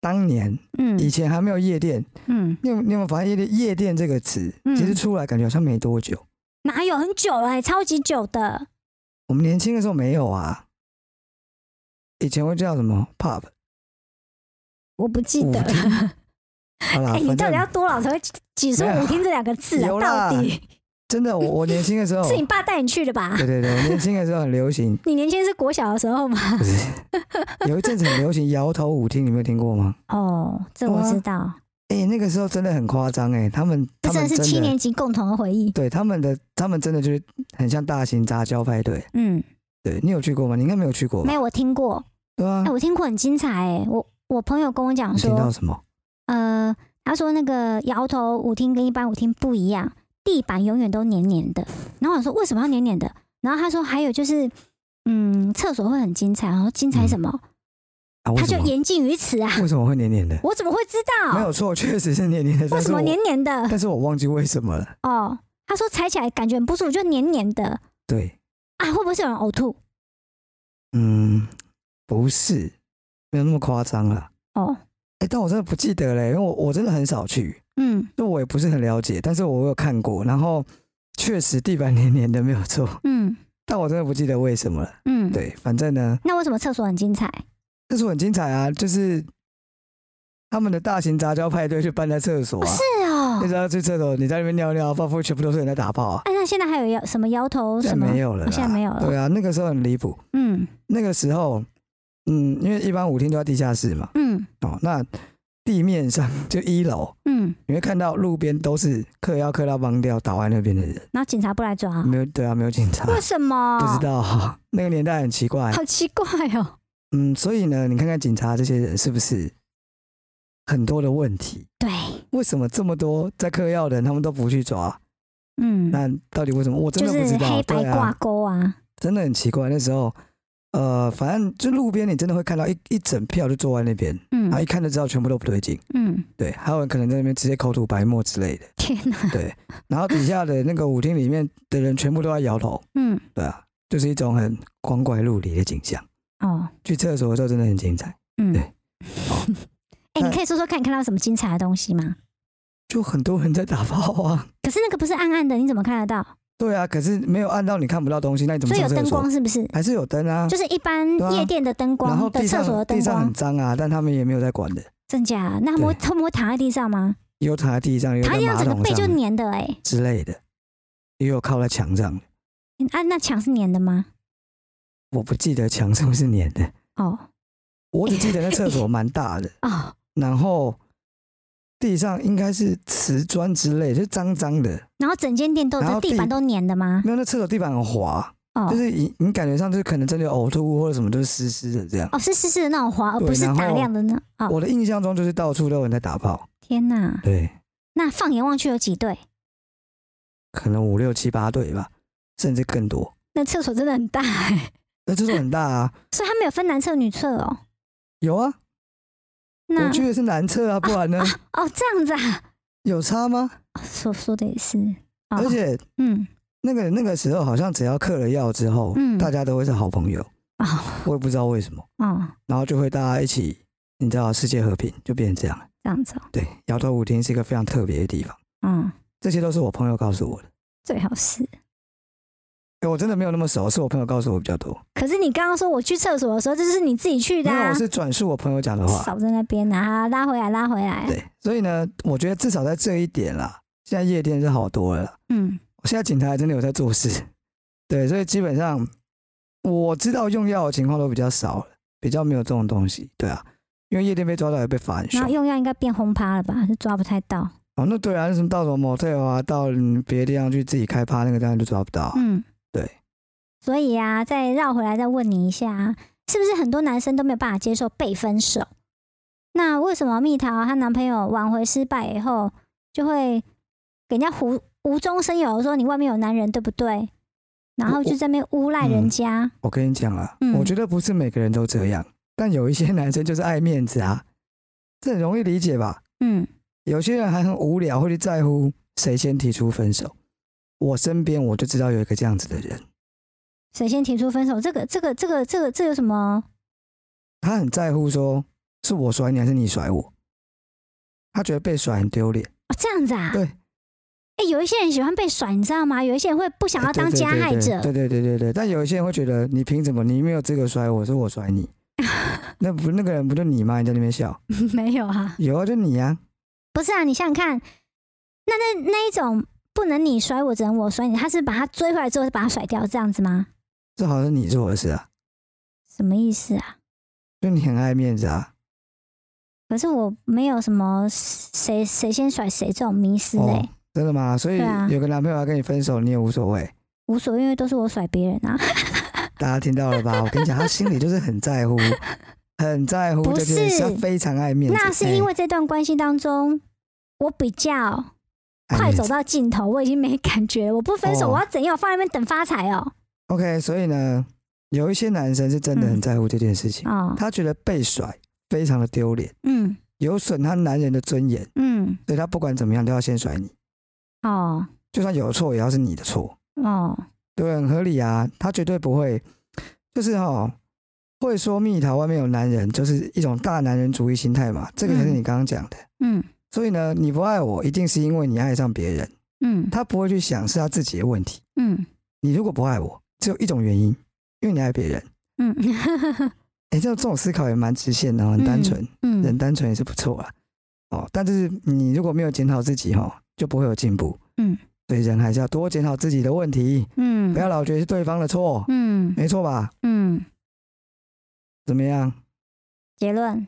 Speaker 1: 当年
Speaker 2: 嗯
Speaker 1: 以前还没有夜店，
Speaker 2: 嗯，
Speaker 1: 你有你有没有发现夜店夜店这个词，
Speaker 2: 嗯
Speaker 1: 其实出来感觉好像没多久。
Speaker 2: 哪有很久了、哎超级久的，
Speaker 1: 我们年轻的时候没有啊，以前会叫什么 pub
Speaker 2: 我不记
Speaker 1: 舞
Speaker 2: 得。
Speaker 1: 厅。好啦，
Speaker 2: 哎、你
Speaker 1: 啊反
Speaker 2: 到底要
Speaker 1: 正
Speaker 2: 多老才会挤挤出
Speaker 1: 没有
Speaker 2: 舞厅这两个字啊？
Speaker 1: 有啦
Speaker 2: 到底，
Speaker 1: 真的，我我年轻的时候
Speaker 2: 是你爸带你去的吧？
Speaker 1: 对对对，我年轻的时候很流 行，
Speaker 2: 你年轻是国小的时候 吗？
Speaker 1: 不是有一阵子很流行摇头舞厅，你没有听过吗？
Speaker 2: 哦，这
Speaker 1: 有
Speaker 2: 我
Speaker 1: 啊
Speaker 2: 知道，
Speaker 1: 哎、那个时候真的很夸张哎，他们
Speaker 2: 这
Speaker 1: 他
Speaker 2: 真
Speaker 1: 们
Speaker 2: 的
Speaker 1: 真
Speaker 2: 是七
Speaker 1: 的
Speaker 2: 年级共同的回忆。
Speaker 1: 对他们的他们真的就是很像大型杂交派对。
Speaker 2: 嗯，
Speaker 1: 对你有去过吗？你应该没有去过吧
Speaker 2: 没？有我听过，
Speaker 1: 对啊
Speaker 2: 哎、，我听过很精彩哎、我我朋友跟我讲
Speaker 1: 你听
Speaker 2: 说
Speaker 1: 到，什么？
Speaker 2: 呃，他说那个摇头舞厅跟一般舞厅不一样，地板永远都黏黏的。然后我说为什么要黏黏的？然后他说还有就是，嗯，厕所会很精彩。然后精彩什么？
Speaker 1: 啊，嗯为
Speaker 2: 他
Speaker 1: 什
Speaker 2: 就
Speaker 1: 么？
Speaker 2: 言尽于此啊！
Speaker 1: 为什么会黏黏的？
Speaker 2: 我怎么会知
Speaker 1: 没
Speaker 2: 道？
Speaker 1: 有错，确实是黏黏的，
Speaker 2: 为
Speaker 1: 但
Speaker 2: 什
Speaker 1: 是
Speaker 2: 么
Speaker 1: 我
Speaker 2: 黏黏的？
Speaker 1: 但是我忘记为什么了。
Speaker 2: 哦，他说踩起来感觉很不舒服，就黏黏的
Speaker 1: 对，
Speaker 2: 啊！会不会是有人呕吐？
Speaker 1: 嗯，不是，没有那么夸张啦。
Speaker 2: 哦，
Speaker 1: 哎、但我真的不记得嘞，因为我我真的很少去，
Speaker 2: 嗯
Speaker 1: 就我也不是很了解，但是我有看过，然后确实地板黏黏的没有错，
Speaker 2: 嗯
Speaker 1: 但我真的不记得为什么了。
Speaker 2: 嗯，。
Speaker 1: 对，反正呢，
Speaker 2: 那为什么厕所很精彩？
Speaker 1: 厕所很精彩啊，就是他们的大型杂交派对就办在厕所
Speaker 2: 哦
Speaker 1: 啊，
Speaker 2: 是哦
Speaker 1: 你，知道去厕所，你在那边尿尿，泡芙全部都是人在打炮啊，
Speaker 2: 哎，那现在还有摇什么摇头
Speaker 1: 现在
Speaker 2: 什么？
Speaker 1: 没有了啦，
Speaker 2: 哦现在没有了
Speaker 1: 对啊，那个时候很离谱，
Speaker 2: 嗯
Speaker 1: 那个时候，嗯，因为一般舞厅都在地下室嘛。
Speaker 2: 嗯
Speaker 1: 哦，那地面上就一楼，
Speaker 2: 嗯，
Speaker 1: 你会看到路边都是嗑药嗑到忘掉倒在那边的人，
Speaker 2: 然后警察不来抓，
Speaker 1: 没有对啊，没有警察，
Speaker 2: 为什么？
Speaker 1: 不知道那个年代很奇怪，
Speaker 2: 好奇怪哦。
Speaker 1: 嗯，所以呢，你看看警察这些人是不是很多的问题？
Speaker 2: 对，
Speaker 1: 为什么这么多在嗑药的人他们都不去抓？
Speaker 2: 嗯，
Speaker 1: 那到底为什么？我真
Speaker 2: 就
Speaker 1: 的不
Speaker 2: 是
Speaker 1: 知
Speaker 2: 黑
Speaker 1: 道。
Speaker 2: 白
Speaker 1: 对
Speaker 2: 挂
Speaker 1: 啊，
Speaker 2: 钩啊，
Speaker 1: 真的很奇怪。那时候，呃，反正就路边你真的会看到一一整票就坐在那边，然后
Speaker 2: 嗯
Speaker 1: 一看就知道全部都不对劲。
Speaker 2: 嗯，
Speaker 1: 对，还有人可能在那边直接口吐白沫之类的。
Speaker 2: 天哪，
Speaker 1: 对，然后底下的那个舞厅里面的人全部都在摇头。
Speaker 2: 嗯，
Speaker 1: 对啊，就是一种很光怪陆离的景象。
Speaker 2: 哦，
Speaker 1: 去厕所的时候真的很精彩，
Speaker 2: 嗯，
Speaker 1: 对好
Speaker 2: 哎、
Speaker 1: 那
Speaker 2: 你可以说说看，你看到什么精彩的东西吗？
Speaker 1: 就很多人在打炮啊。
Speaker 2: 可是那个不是暗暗的，你怎么看得到？
Speaker 1: 对啊，可是没有按到你看不到东西，那你怎么
Speaker 2: 所以有
Speaker 1: 上厕
Speaker 2: 灯
Speaker 1: 所？
Speaker 2: 光是不是？
Speaker 1: 还是有灯啊，
Speaker 2: 就是一般
Speaker 1: 对啊
Speaker 2: 夜店的灯
Speaker 1: 然后
Speaker 2: 光的
Speaker 1: 地
Speaker 2: 厕所的
Speaker 1: 上
Speaker 2: 灯
Speaker 1: 地上
Speaker 2: 光
Speaker 1: 很，脏啊，但他们也没有在管的，
Speaker 2: 真假？那他们会他们会躺在地上吗？
Speaker 1: 有躺在地上，有
Speaker 2: 躺
Speaker 1: 在
Speaker 2: 在地上
Speaker 1: 马
Speaker 2: 整个
Speaker 1: 桶
Speaker 2: 背就
Speaker 1: 上
Speaker 2: 粘的哎、
Speaker 1: 之类的，也有靠在墙上的。
Speaker 2: 啊，那墙是粘的吗？
Speaker 1: 我不记得墙是不是粘的，
Speaker 2: 哦
Speaker 1: 我只记得那 厕所蛮大的，
Speaker 2: 哦，
Speaker 1: 然后地上应该是瓷砖之类，就脏脏的。
Speaker 2: 然后整间店都
Speaker 1: 然
Speaker 2: 的
Speaker 1: 后
Speaker 2: 地板
Speaker 1: 地
Speaker 2: 都粘的吗？
Speaker 1: 没有，那厕所地板很滑，
Speaker 2: 哦
Speaker 1: 就是你你感觉上就是可能真的有呕吐物或者什么，就是湿湿的这样。
Speaker 2: 哦，是湿湿的那种滑，而
Speaker 1: 对
Speaker 2: 不是
Speaker 1: 然
Speaker 2: 打
Speaker 1: 后
Speaker 2: 亮的那。哦，
Speaker 1: 我的印象中就是到处都有人在打炮，
Speaker 2: 天哪！
Speaker 1: 对，
Speaker 2: 那放眼望去有几对？
Speaker 1: 可能五六七八对吧，甚至更多。
Speaker 2: 那厕所真的很大、欸，
Speaker 1: 那厕所很大啊，
Speaker 2: 所以他们有分男厕女厕哦。
Speaker 1: 有啊，
Speaker 2: 那
Speaker 1: 我去的是男厕啊，不然 呢？
Speaker 2: 哦这样子啊，
Speaker 1: 有差吗？
Speaker 2: 哦说说的也是。 哦、
Speaker 1: 而且
Speaker 2: 嗯
Speaker 1: 那个那个时候好像只要嗑了药之后，
Speaker 2: 嗯
Speaker 1: 大家都会是好朋友，
Speaker 2: 哦
Speaker 1: 我也不知道为什么，
Speaker 2: 哦
Speaker 1: 然后就会大家一起，你知道世界和平就变成这样了。
Speaker 2: 这样子哦，
Speaker 1: 对，摇头舞厅是一个非常特别的地方，
Speaker 2: 嗯
Speaker 1: 这些都是我朋友告诉我的。
Speaker 2: 最好是。
Speaker 1: 欸我真的没有那么熟，是我朋友告诉我比较多。
Speaker 2: 可是你刚刚说我去厕所的时候，这就是你自己去的
Speaker 1: 没有，
Speaker 2: 啊
Speaker 1: 我，是转述我朋友讲的话。
Speaker 2: 少在那边啊，拉回来拉回来。
Speaker 1: 对，所以呢，我觉得至少在这一点啦，现在夜店是好多了啦。
Speaker 2: 嗯
Speaker 1: 现在警察还真的有在做事，对，所以基本上我知道用药的情况都比较少了，比较没有这种东西，对啊，因为夜店被抓到也被罚很凶
Speaker 2: 然后。用药应该变轰趴了吧？就抓不太到。
Speaker 1: 哦，那对啊，那什么到什么 motel 啊，到嗯别的地方去自己开趴，那个当然就抓不到啊、
Speaker 2: 嗯，
Speaker 1: 对。
Speaker 2: 所以啊，再绕回来再问你一下啊，是不是很多男生都没有办法接受被分手？那为什么蜜桃她男朋友挽回失败以后，就会给人家无无中生有地说你外面有男人，对不对？然后就在那边诬赖人家，
Speaker 1: 我跟你讲啦，
Speaker 2: 嗯
Speaker 1: 我觉得不是每个人都这样，但有一些男生就是爱面子啊，这很容易理解吧？
Speaker 2: 嗯
Speaker 1: 有些人还很无聊，会去在乎谁先提出分手。我身边我就知道有一个这样子的人，
Speaker 2: 谁先提出分手？这个这个这个这个这有什么？
Speaker 1: 他很在乎说是我甩你还是你甩我，他觉得被甩很丢脸。
Speaker 2: 哦，这样子啊？
Speaker 1: 对
Speaker 2: 哎、有一些人喜欢被甩，你知道吗？有一些人会不想要当
Speaker 1: 对对
Speaker 2: 加害者，
Speaker 1: 对对对对对对。但有一些人会觉得你凭什么？你没有资格甩我，是我甩 你。那不那个人不就你吗？你在那边笑，
Speaker 2: 没有啊？
Speaker 1: 有啊，就你啊。
Speaker 2: 不是啊，你想想看，那那那一种不能你甩我，只能我甩你，他是把他追回来之后就把他甩掉，这样子吗？
Speaker 1: 这好像是你做的事啊，
Speaker 2: 什么意思啊？
Speaker 1: 就你很爱面子啊。
Speaker 2: 可是我没有什么谁谁先甩谁这种迷失哎、
Speaker 1: 哦，真的吗？所以
Speaker 2: 对啊
Speaker 1: 有个男朋友要跟你分手，你也无所谓。
Speaker 2: 无所谓，因为都是我甩别人 啊，
Speaker 1: 大家听到了 吧？我跟你讲，他心里就是很在乎，很在乎
Speaker 2: 不
Speaker 1: 这件事，
Speaker 2: 是
Speaker 1: 他非常爱面子。 哎
Speaker 2: 那是因为这段关系当中，我比较
Speaker 1: 哎爱
Speaker 2: 快
Speaker 1: 面
Speaker 2: 走
Speaker 1: 子
Speaker 2: 到尽头，我已经没感觉了，我不分手，
Speaker 1: 哦
Speaker 2: 我要怎样？我放在那边等发财哦、
Speaker 1: OK，所以呢，有一些男生是真
Speaker 2: 嗯
Speaker 1: 的很在乎这件事情，
Speaker 2: 哦，
Speaker 1: 他觉得被甩非常的丢脸，
Speaker 2: 嗯
Speaker 1: 有损他男人的尊严，
Speaker 2: 嗯，
Speaker 1: 所以他不管怎么样都要先甩你，
Speaker 2: 哦
Speaker 1: 就算有错也要是你的错，
Speaker 2: 哦，
Speaker 1: 对不对，很合理啊。他绝对不会，就是哈、哦，会说蜜桃外面有男人，就是一种大男人主义心态嘛，这个才是
Speaker 2: 嗯
Speaker 1: 你刚刚讲的。
Speaker 2: 嗯
Speaker 1: 所以呢，你不爱我，一定是因为你爱上别人，
Speaker 2: 嗯
Speaker 1: 他不会去想是他自己的问题。
Speaker 2: 嗯
Speaker 1: 你如果不爱我，只有一种原因，因为你爱别人。
Speaker 2: 嗯
Speaker 1: 哎、这种这种思考也蛮直线的哦，很单纯，人
Speaker 2: 嗯
Speaker 1: 单纯也是不错啊。哦，但是你如果没有检讨自己哈、哦，就不会有进步。
Speaker 2: 嗯，
Speaker 1: 所以人还是要多检讨自己的问题，
Speaker 2: 嗯
Speaker 1: 不要老觉得是对方的错，
Speaker 2: 嗯
Speaker 1: 没错吧？
Speaker 2: 嗯，
Speaker 1: 怎么样？
Speaker 2: 结论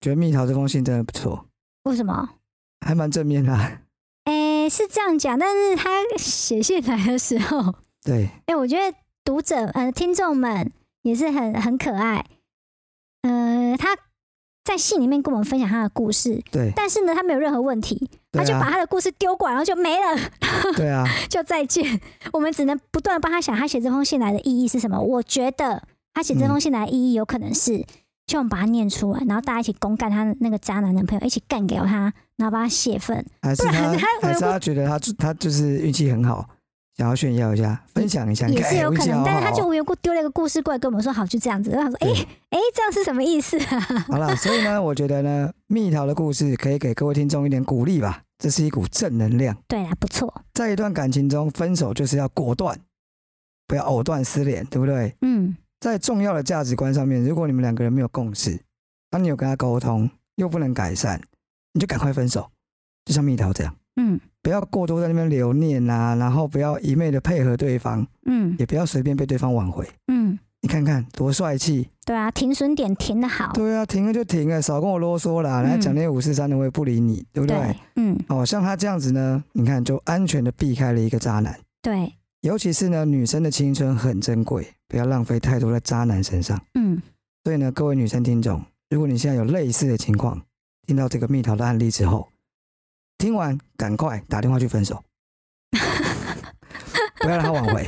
Speaker 1: 觉得蜜桃这封信真的不错，
Speaker 2: 为什么？
Speaker 1: 还蛮正面的啊。
Speaker 2: 诶、是这样讲，但是他写信来的时候，
Speaker 1: 对，
Speaker 2: 诶、我觉得读者呃听众们也是很很可爱。呃，他在信里面跟我们分享他的故事，
Speaker 1: 对，
Speaker 2: 但是呢，他没有任何问题，
Speaker 1: 对
Speaker 2: 他就把
Speaker 1: 啊，
Speaker 2: 他的故事丢过来，然后就没了，
Speaker 1: 对啊，
Speaker 2: 就再见。 我们只能不断地帮他想，他写这封信来的意义是什么？我觉得他写这
Speaker 1: 嗯
Speaker 2: 封信来的意义有可能是，希望把他念出来，然后大家一起公干他那个渣男男朋友，一起干掉他，然后把他泄愤。
Speaker 1: 还是
Speaker 2: 不然
Speaker 1: 他
Speaker 2: 他
Speaker 1: 还是他觉得他他就是运气很好，想要炫耀一下，分享一下，你
Speaker 2: 也
Speaker 1: 看
Speaker 2: 是有可能，
Speaker 1: 哎我运气好
Speaker 2: 但是
Speaker 1: 好
Speaker 2: 他就无缘故丢了一个故事过来跟我们说好就这样子，然后他说哎
Speaker 1: 对
Speaker 2: 哎、这样是什么意思 啊？
Speaker 1: 好了，所以呢，我觉得呢，蜜桃的故事可以给各位听众一点鼓励吧，这是一股正能量。
Speaker 2: 对啦，不错，
Speaker 1: 在一段感情中，分手就是要果断，不要藕断丝连，对不对？
Speaker 2: 嗯，
Speaker 1: 在重要的价值观上面，如果你们两个人没有共识，当你有跟他沟通又不能改善，你就赶快分手，就像蜜桃这样，
Speaker 2: 嗯
Speaker 1: 不要过多在那边留念啊，然后不要一昧的配合对方，
Speaker 2: 嗯
Speaker 1: 也不要随便被对方挽回。
Speaker 2: 嗯，
Speaker 1: 你看看多帅气！
Speaker 2: 对啊，停损点停的好，
Speaker 1: 对啊，停了就停了，少跟我啰嗦啦。
Speaker 2: 嗯
Speaker 1: 来讲那些五四三的，我也不理你，对不对？
Speaker 2: 对，嗯
Speaker 1: 哦，像他这样子呢，你看就安全的避开了一个渣男。
Speaker 2: 对，
Speaker 1: 尤其是呢，女生的青春很珍贵，不要浪费太多在渣男身上。
Speaker 2: 嗯
Speaker 1: 所以呢，各位女生听众，如果你现在有类似的情况，听到这个蜜桃的案例之后，听完赶快打电话去分 手，不要让他挽回，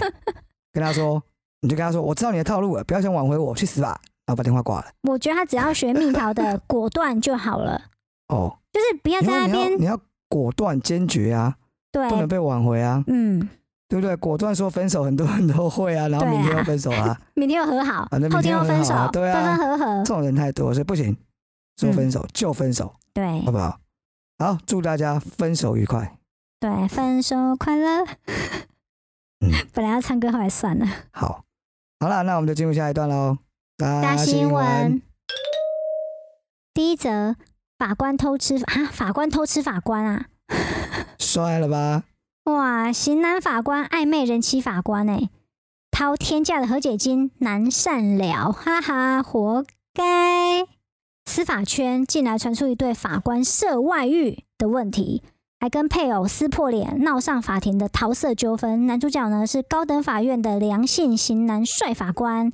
Speaker 1: 跟他说，你就跟他说，我知道你的套路了，不要想挽回我，去死吧，然后把电话挂了。
Speaker 2: 我觉得他只要学蜜桃的果断就好了，
Speaker 1: 哦，
Speaker 2: 就是不要
Speaker 1: 因为
Speaker 2: 在那
Speaker 1: 你要
Speaker 2: 边
Speaker 1: 你要果断坚决啊，不能
Speaker 2: 对，
Speaker 1: 被挽回啊，
Speaker 2: 嗯，
Speaker 1: 对不对？果断说分手，很多人都会啊，然后
Speaker 2: 对啊
Speaker 1: 明天又分手啊。
Speaker 2: 明天又和好
Speaker 1: 反正，
Speaker 2: 后
Speaker 1: 明天
Speaker 2: 天又分手
Speaker 1: 和好啊，对啊
Speaker 2: 分分合合
Speaker 1: 这，种人太多，所以不行，说分
Speaker 2: 嗯
Speaker 1: 手就分手，
Speaker 2: 对
Speaker 1: 好不好？好，祝大家分手愉快。
Speaker 2: 对，分手快乐。
Speaker 1: 嗯，
Speaker 2: 本来要唱歌，后来算了。
Speaker 1: 好，好了，那我们就进入下一段喽。大
Speaker 2: 大新闻。第一则，法官偷吃啊！法官偷吃法官啊！
Speaker 1: 帅了吧？
Speaker 2: 哇，型男法官暧昧人妻法官哎、掏天价的和解金难善了，哈哈，活该！司法圈近来传出一对法官涉外遇的问题，还跟配偶撕破脸，闹上法庭的桃色纠纷。男主角呢是高等法院的梁姓型男帅法官，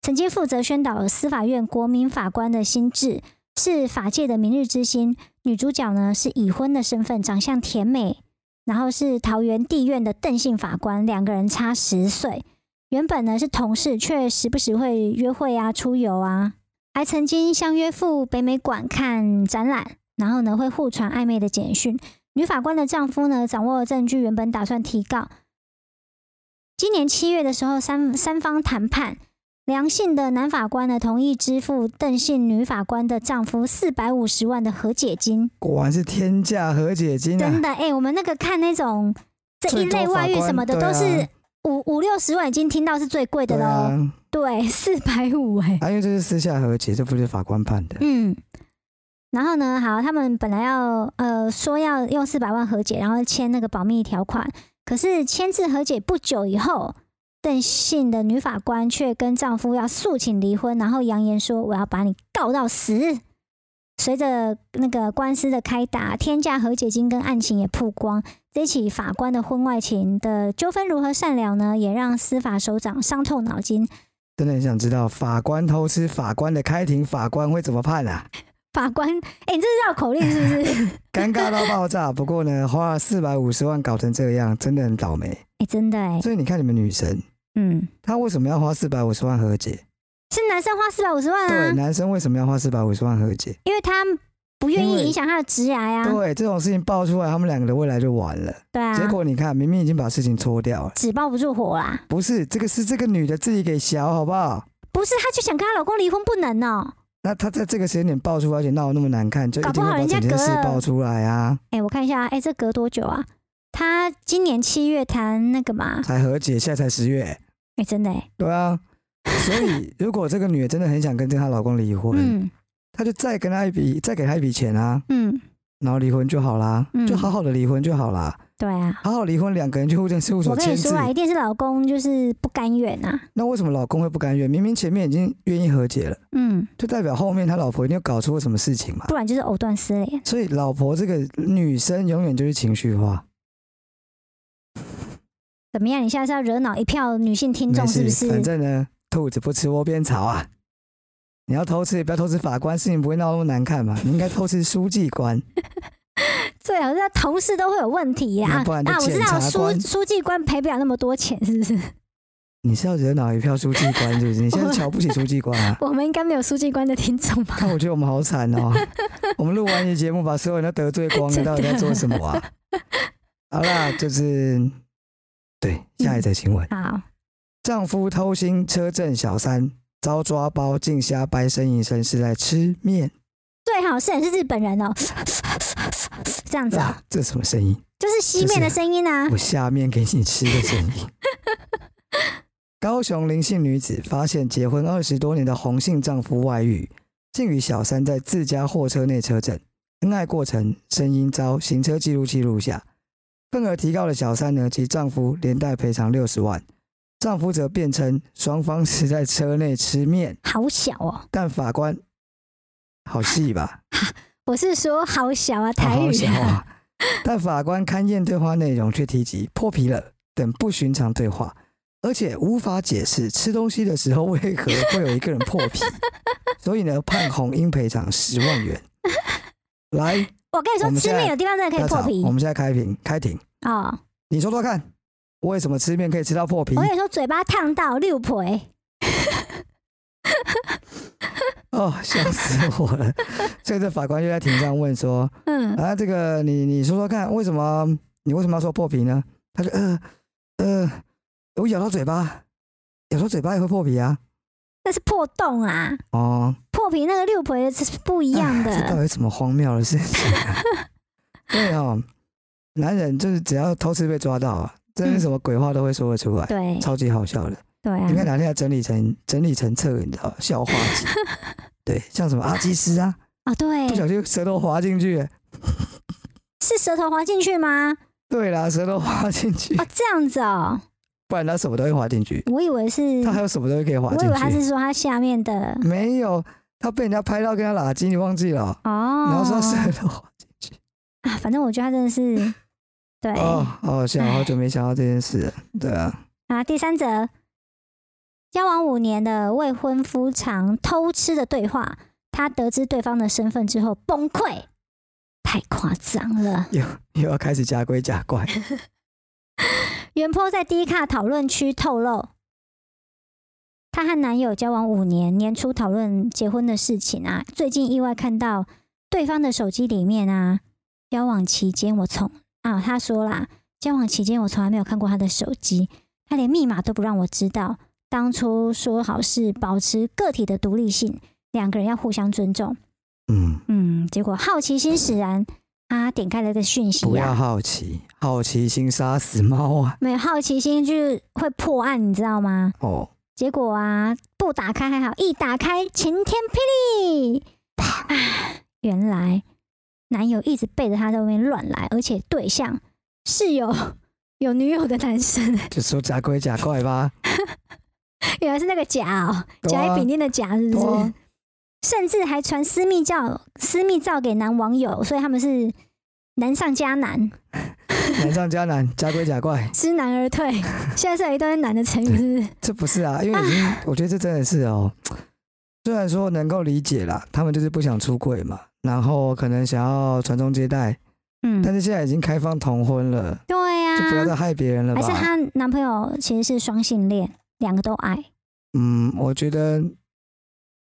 Speaker 2: 曾经负责宣导司法院国民法官的新制，是法界的明日之星。女主角呢是已婚的身份，长相甜美，然后是桃园地院的邓姓法官，两个人差十岁。原本呢是同事，却时不时会约会啊、出游啊，还曾经相约赴北美馆看展览，然后呢会互传暧昧的简讯。女法官的丈夫呢掌握了证据，原本打算提告。今年七月的时候，三三方谈判，梁姓的男法官呢同意支付邓姓女法官的丈夫四百五十万的和解金。
Speaker 1: 果然是天价和解金啊
Speaker 2: 真！的，哎、我们那个看那种这一
Speaker 1: 最多
Speaker 2: 类
Speaker 1: 法
Speaker 2: 外遇
Speaker 1: 官
Speaker 2: 什么的，
Speaker 1: 对啊
Speaker 2: 都是五五六十万，已经听到是最贵的哦
Speaker 1: 对
Speaker 2: 喽。
Speaker 1: 啊，
Speaker 2: 对，四百五，哎，
Speaker 1: 啊，因为这是私下和解，这不是法官判 的。
Speaker 2: 嗯。然后呢，好，他们本来要呃说要用四百万和解，然后签那个保密条款，可是签字和解不久以后，邓姓的女法官却跟丈夫要诉请离婚，然后扬言说我要把你告到死。随着那个官司的开打，天价和解金跟案情也曝光，这起法官的婚外情的纠纷如何善了呢？也让司法首长伤透脑筋。
Speaker 1: 真的很想知道，法官偷吃法官的开庭，法官会怎么判 啊？
Speaker 2: 法官，哎、你这是绕口令是不是？
Speaker 1: 尴尬到爆炸。不过呢，花了四百五十万搞成这样，真的很倒霉。
Speaker 2: 哎、真的哎、
Speaker 1: 所以你看，你们女神，
Speaker 2: 嗯，
Speaker 1: 她为什么要花四百五十万和解？
Speaker 2: 是男生花四百五十万
Speaker 1: 对，
Speaker 2: 啊，
Speaker 1: 男生为什么要花四百五十万和解？
Speaker 2: 因为他不愿
Speaker 1: 因为
Speaker 2: 意影响他的职涯呀，
Speaker 1: 对，这种事情爆出来，他们两个的未来就完了。
Speaker 2: 对
Speaker 1: 结
Speaker 2: 啊，
Speaker 1: 果你看，明明已经把事情搓掉了，
Speaker 2: 纸包不住火啦，
Speaker 1: 不是这个是这个女的自己给小，好不好？
Speaker 2: 不是，她就想跟她老公离婚不能哦、
Speaker 1: 那她在这个时间点爆出来，而且闹得那么难看，就一
Speaker 2: 搞不
Speaker 1: 定会
Speaker 2: 好
Speaker 1: 把
Speaker 2: 人家
Speaker 1: 整件事
Speaker 2: 隔了
Speaker 1: 爆出来啊，
Speaker 2: 哎、我看一下，哎、这隔多久啊？她今年七月谈那个嘛，
Speaker 1: 才和解，现在才十月，
Speaker 2: 哎、真的哎、
Speaker 1: 对啊。所以如果这个女的真的很想跟这她老公离婚，
Speaker 2: 嗯
Speaker 1: 她就再跟她一笔，再给她一笔钱啊，
Speaker 2: 嗯，
Speaker 1: 然后离婚就好啦，
Speaker 2: 嗯
Speaker 1: 就好好的离婚就好啦，
Speaker 2: 对啊，
Speaker 1: 好好离婚，两个人去户政事务
Speaker 2: 我
Speaker 1: 所
Speaker 2: 跟你
Speaker 1: 签字
Speaker 2: 说。啊，一定是老公就是不甘愿啊，
Speaker 1: 那为什么老公会不甘愿？明明前面已经愿意和解了。
Speaker 2: 嗯，
Speaker 1: 就代表后面他老婆一定有搞出了什么事情嘛。
Speaker 2: 不然就是藕断丝连，
Speaker 1: 所以老婆这个女生永远就是情绪化，
Speaker 2: 怎么样？你现在是要惹恼一票女性听众
Speaker 1: 没
Speaker 2: 是不
Speaker 1: 事，
Speaker 2: 是？
Speaker 1: 反正呢，兔子不吃窝边草啊。你要偷吃也不要偷吃法官，事情不会闹那么难看嘛。你应该偷吃书记官，
Speaker 2: 最好是他同事都会有问题呀、
Speaker 1: 那
Speaker 2: 啊
Speaker 1: 不然。就
Speaker 2: 啊，我知道
Speaker 1: 检察
Speaker 2: 书
Speaker 1: 官
Speaker 2: 书记官赔不了那么多钱，是不是？？
Speaker 1: 你是要惹恼一票书记官是不是？你现在瞧不起书记官啊
Speaker 2: 我们应该没有书记官的听 众吧？
Speaker 1: 看，我觉得我们好惨哦！我们录完一节目，把所有人都得罪光了，
Speaker 2: 真的
Speaker 1: 到底在做什么啊？好啦，就是对下一则新闻：
Speaker 2: 好，
Speaker 1: 丈夫偷腥车震小三，遭抓包进虾掰呻吟声是在吃面
Speaker 2: 最好是也是日本人哦， 这样子哦，
Speaker 1: 啊！这什么声音？
Speaker 2: 就是西面的声音 啊。
Speaker 1: 我下面给你吃的声音。高雄林姓女子发现结婚二十多年的洪姓丈夫外遇，竟与小三在自家货车内车震，恩爱过程声音遭行车记录器录下。份额提高的小三呢，及丈夫连带赔偿六十万，丈夫则辩称双方是在车内吃面，
Speaker 2: 好小哦！
Speaker 1: 但法官好戏吧？
Speaker 2: 我是说好小啊，
Speaker 1: 哦好
Speaker 2: 台
Speaker 1: 好
Speaker 2: 语
Speaker 1: 笑
Speaker 2: 啊，
Speaker 1: 啊！但法官勘验对话内容却提及破皮了等不寻常对话，而且无法解释吃东西的时候为何会有一个人破 皮，所以呢判红英赔偿十万元。来，
Speaker 2: 我跟你说
Speaker 1: 我，们
Speaker 2: 吃
Speaker 1: 现在
Speaker 2: 面有地方真的可
Speaker 1: 大
Speaker 2: 以破
Speaker 1: 嫂，
Speaker 2: 皮
Speaker 1: 我们现在开庭，开庭，
Speaker 2: 哦。
Speaker 1: 你说说看，为什么吃面可以吃到破皮
Speaker 2: 我？跟你说，嘴巴烫到六婆。
Speaker 1: 哦，笑死我了！ 所以这法官就在庭上问说。
Speaker 2: 嗯，
Speaker 1: 啊，这个你你说说看，为什么你为什么要说破皮呢？他说呃呃，我咬到嘴巴，咬到嘴巴也会破皮啊。
Speaker 2: 那是破洞啊，
Speaker 1: 哦，
Speaker 2: 破皮那个六婆是不一样
Speaker 1: 哎这到
Speaker 2: 的。
Speaker 1: 底什么荒谬的事情、啊？ 对哦，男人就是只要偷吃被抓到啊，真是什么鬼话都会说得出来，
Speaker 2: 嗯对
Speaker 1: 超级好笑的。
Speaker 2: 对啊
Speaker 1: 应，该哪天要整理成整理成册，你知道笑话集。对，像什么阿基斯啊，
Speaker 2: 啊对
Speaker 1: 不，小心舌头滑进去了。
Speaker 2: 是舌头滑进去吗？
Speaker 1: 对啦，舌头滑进去，
Speaker 2: 哦，这样子哦，
Speaker 1: 不然他什么都会滑进去。
Speaker 2: 我以为是，
Speaker 1: 他还有什么东西可以滑
Speaker 2: 嗯我
Speaker 1: 进去？
Speaker 2: 以为他是说他下面的
Speaker 1: 没有，他被人家拍到跟他拉鸡，你忘记了哦、
Speaker 2: 哦。
Speaker 1: 然后说舌头滑进去，
Speaker 2: 啊，反正我觉得他真的是对、
Speaker 1: 哦，好好笑，
Speaker 2: 哎
Speaker 1: 好久没想到这件事了。对啊，
Speaker 2: 啊。第三则，交往五年的未婚夫常偷吃的对话，他得知对方的身份之后崩溃，太夸张了。
Speaker 1: 又又要开始假鬼假怪。
Speaker 2: 袁坡在 D 卡讨论区透露，她和男友交往五年，年初讨论结婚的事情啊，最近意外看到对方的手机里面啊，交往期间我从啊，她说啦，交往期间我从来没有看过他的手机，他连密码都不让我知道。当初说好是保持个体的独立性，两个人要互相尊重。
Speaker 1: 嗯，
Speaker 2: 嗯，结果好奇心使然，他点开了这个讯息
Speaker 1: 不
Speaker 2: 啊
Speaker 1: 要，好奇，好奇心杀死猫啊！
Speaker 2: 没有好奇心就是会破案，你知道吗？
Speaker 1: 哦，
Speaker 2: 结果啊，不打开还好，一打开晴天霹雳！唉原来男友一直背着她在外面乱来，而且对象是有有女友的男生，
Speaker 1: 就说假鬼假怪 吧。
Speaker 2: 原来是那个甲哦，
Speaker 1: 对啊
Speaker 2: 甲乙丙丁的甲是不是？
Speaker 1: 对啊
Speaker 2: 甚至还传私密照、私密照给男网友，所以他们是难上加难，
Speaker 1: 难上加难，假鬼假怪，
Speaker 2: 知难而退。现在是有一堆难的成语，是不是？
Speaker 1: 这不是 啊，因为已经，我觉得这真的是哦。虽然说能够理解啦，他们就是不想出柜嘛，然后可能想要传宗接代，但
Speaker 2: 嗯，
Speaker 1: 是现在已经开放同婚了，
Speaker 2: 对呀、
Speaker 1: 就不要再害别人了吧。
Speaker 2: 还是她男朋友其实是双性恋，两个都爱。
Speaker 1: 嗯，我觉得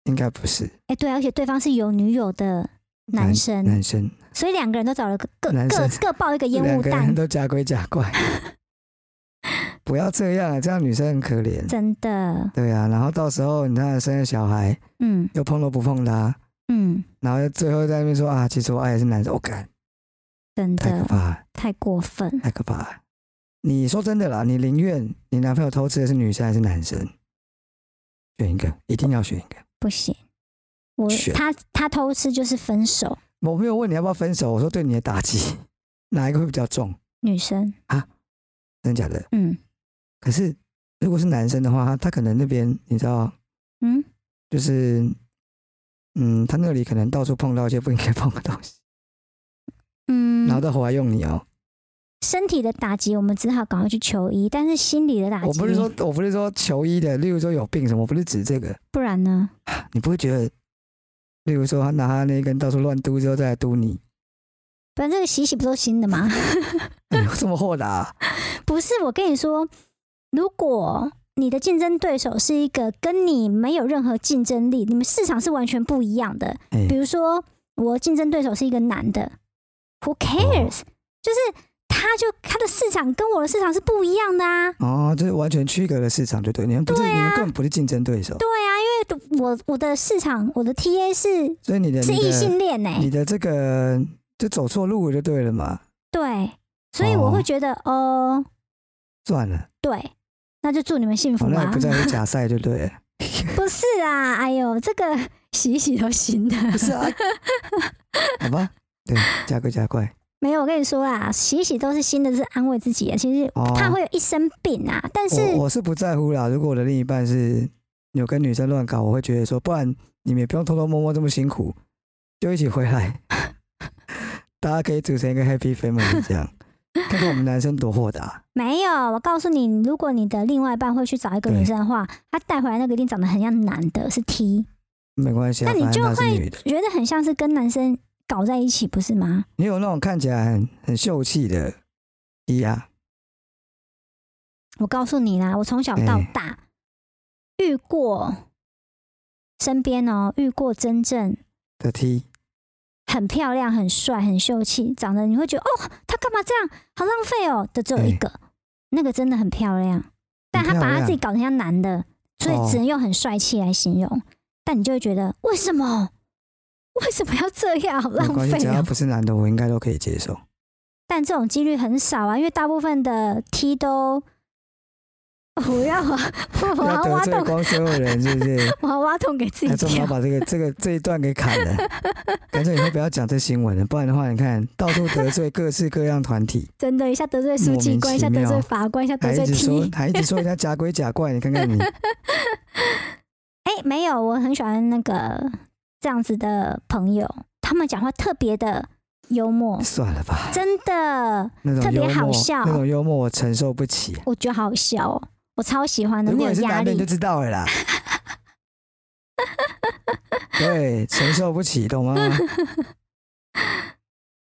Speaker 1: 应该不是
Speaker 2: 哎、对啊、而且对方是有女友的男生，
Speaker 1: 男生，
Speaker 2: 所以两个人都找了个各
Speaker 1: 男
Speaker 2: 各
Speaker 1: 生
Speaker 2: 各抱一个烟
Speaker 1: 两
Speaker 2: 雾
Speaker 1: 个人
Speaker 2: 弹，
Speaker 1: 都假鬼假 怪，不要这样啊，这样女生很可怜。
Speaker 2: 真的，
Speaker 1: 对啊，然后到时候你看生了小孩，
Speaker 2: 嗯
Speaker 1: 又碰都不碰他、
Speaker 2: 嗯，
Speaker 1: 然后最后在那边说啊，其实我爱的是男生，我、干，
Speaker 2: 真
Speaker 1: 太可
Speaker 2: 的
Speaker 1: 怕了，
Speaker 2: 太过分，
Speaker 1: 太可怕了。你说真的啦，你宁愿你男朋友偷吃的是女生还是男生？选一个，一定要选一个。
Speaker 2: 不行。我
Speaker 1: 选
Speaker 2: 他他偷吃就是分手，
Speaker 1: 我没有问你要不要分手，我说对你的打击 哪一个会比较重？
Speaker 2: 女生，
Speaker 1: 真的假的？
Speaker 2: 嗯
Speaker 1: 可是如果是男生的话，他他可能那边你知道，
Speaker 2: 嗯，
Speaker 1: 就是嗯，他那里可能到处碰到一些不应该碰的东西，然后
Speaker 2: 嗯，
Speaker 1: 再回来用你哦。
Speaker 2: 身体的打击我们只好赶快去求医，但是心理的打击，
Speaker 1: 我不是说我不是说求医的，例如说有病什么，我不是指这个，
Speaker 2: 不然呢？
Speaker 1: 你不会觉得，例如说他拿他那一根到处乱嘟之后再来嘟你，
Speaker 2: 不然这个洗洗不都新的吗？
Speaker 1: 你这么豁达啊、
Speaker 2: 不是，我跟你说，如果你的竞争对手是一个跟你没有任何竞争力，你们市场是完全不一样的。
Speaker 1: 哎
Speaker 2: 比如说，我竞争对手是一个男的，Who cares？、就是他就他的市场跟我的市场是不一样的啊。
Speaker 1: 哦，就是完全区隔的市场，就对，你们不是、
Speaker 2: 对啊
Speaker 1: 你们根本不是竞争对手，
Speaker 2: 对啊，因为我我的市场我的 TA 是
Speaker 1: 所以你的
Speaker 2: 是
Speaker 1: 你
Speaker 2: 异
Speaker 1: 的
Speaker 2: 性恋呢、欸
Speaker 1: 你的这个就走错路了就对了嘛，
Speaker 2: 对，所以我
Speaker 1: 哦
Speaker 2: 会觉得哦，
Speaker 1: 算了，
Speaker 2: 对，那就祝你们幸福
Speaker 1: 反正
Speaker 2: 吧
Speaker 1: 也。不在乎假赛就对了，
Speaker 2: 不是啊，哎呦，这个洗一洗都行的。
Speaker 1: 不是啊， 好吧，对，加怪加怪，
Speaker 2: 没有，我跟你说啦，洗一洗都是新的，是安慰自己的。其实
Speaker 1: 哦
Speaker 2: 怕会有一身病啊，但是
Speaker 1: 我我是不在乎啦，如果我的另一半是有跟女生乱搞，我会觉得说，不然你们也不用偷偷摸摸这么辛苦，就一起回来， 大家可以组成一个 happy family 这样， 看看我们男生多豁达，
Speaker 2: 没有。我告诉你，如果你的另外一半会去找一个
Speaker 1: 对
Speaker 2: 女生的话，他带回来那个一定长得很像男的，是 T，
Speaker 1: 没关系啊，
Speaker 2: 那你
Speaker 1: 反正
Speaker 2: 就
Speaker 1: 她是
Speaker 2: 会
Speaker 1: 女的。
Speaker 2: 觉得很像是跟男生搞在一起，不是吗？
Speaker 1: 你有那种看起来很很秀气的啊一呀、
Speaker 2: 我告诉你啦，我从小
Speaker 1: 嗯
Speaker 2: 到大、遇过身边哦，遇过真正
Speaker 1: 的 T，
Speaker 2: 很漂亮、很帅、很秀气，长得你会觉得哦，他干嘛这样，好浪费哦的只有一个，那个真的很漂亮，但他
Speaker 1: 很漂
Speaker 2: 把他
Speaker 1: 亮
Speaker 2: 自己搞得像男的，所
Speaker 1: 哦
Speaker 2: 以只能用很帅气来形容。但你就会觉得为什么？为什么要这样好
Speaker 1: 没
Speaker 2: 浪
Speaker 1: 关系，
Speaker 2: 费
Speaker 1: 只要
Speaker 2: 哦？
Speaker 1: 不是男的，我应该都可以接受。
Speaker 2: 但这种几率很少啊，因为大部分的 T 都，我要我
Speaker 1: 不
Speaker 2: 我
Speaker 1: 要
Speaker 2: 要
Speaker 1: 得
Speaker 2: 挖
Speaker 1: 罪
Speaker 2: 洞，
Speaker 1: 光所有人，是不是？
Speaker 2: 我要挖洞给自己
Speaker 1: 还是我们要
Speaker 2: 跳。
Speaker 1: 把这个这个这一段给砍了？干脆以后不要讲这新闻了，不然的话，你看到处得罪各式各样团 体，
Speaker 2: 真的，一下得罪书记官，一下
Speaker 1: 莫名其
Speaker 2: 得
Speaker 1: 妙
Speaker 2: 罪法官，一下
Speaker 1: 还
Speaker 2: 得
Speaker 1: 一
Speaker 2: 罪
Speaker 1: 直说
Speaker 2: T。
Speaker 1: 还一直说人家假鬼假怪，你看看你，
Speaker 2: 哎、没有，我很喜欢那个这样子的朋友，他们讲话特别的幽默，
Speaker 1: 算了吧，
Speaker 2: 真的，
Speaker 1: 那种
Speaker 2: 特
Speaker 1: 幽
Speaker 2: 别好
Speaker 1: 默，
Speaker 2: 笑
Speaker 1: 那种幽默我承受不起。
Speaker 2: 我觉得好笑哦，我超喜欢的，
Speaker 1: 如
Speaker 2: 没
Speaker 1: 果
Speaker 2: 有
Speaker 1: 你是
Speaker 2: 压
Speaker 1: 男的，你就
Speaker 2: 力。
Speaker 1: 知道了啦。对，承受不起，懂吗？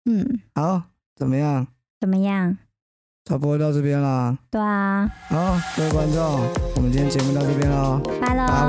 Speaker 2: 嗯，
Speaker 1: 好，怎么样？
Speaker 2: 怎么样？
Speaker 1: 差不多到这边啦。
Speaker 2: 对啊，
Speaker 1: 好，各位观众，我们今天节目到这边喽，
Speaker 2: 拜喽。
Speaker 1: 拜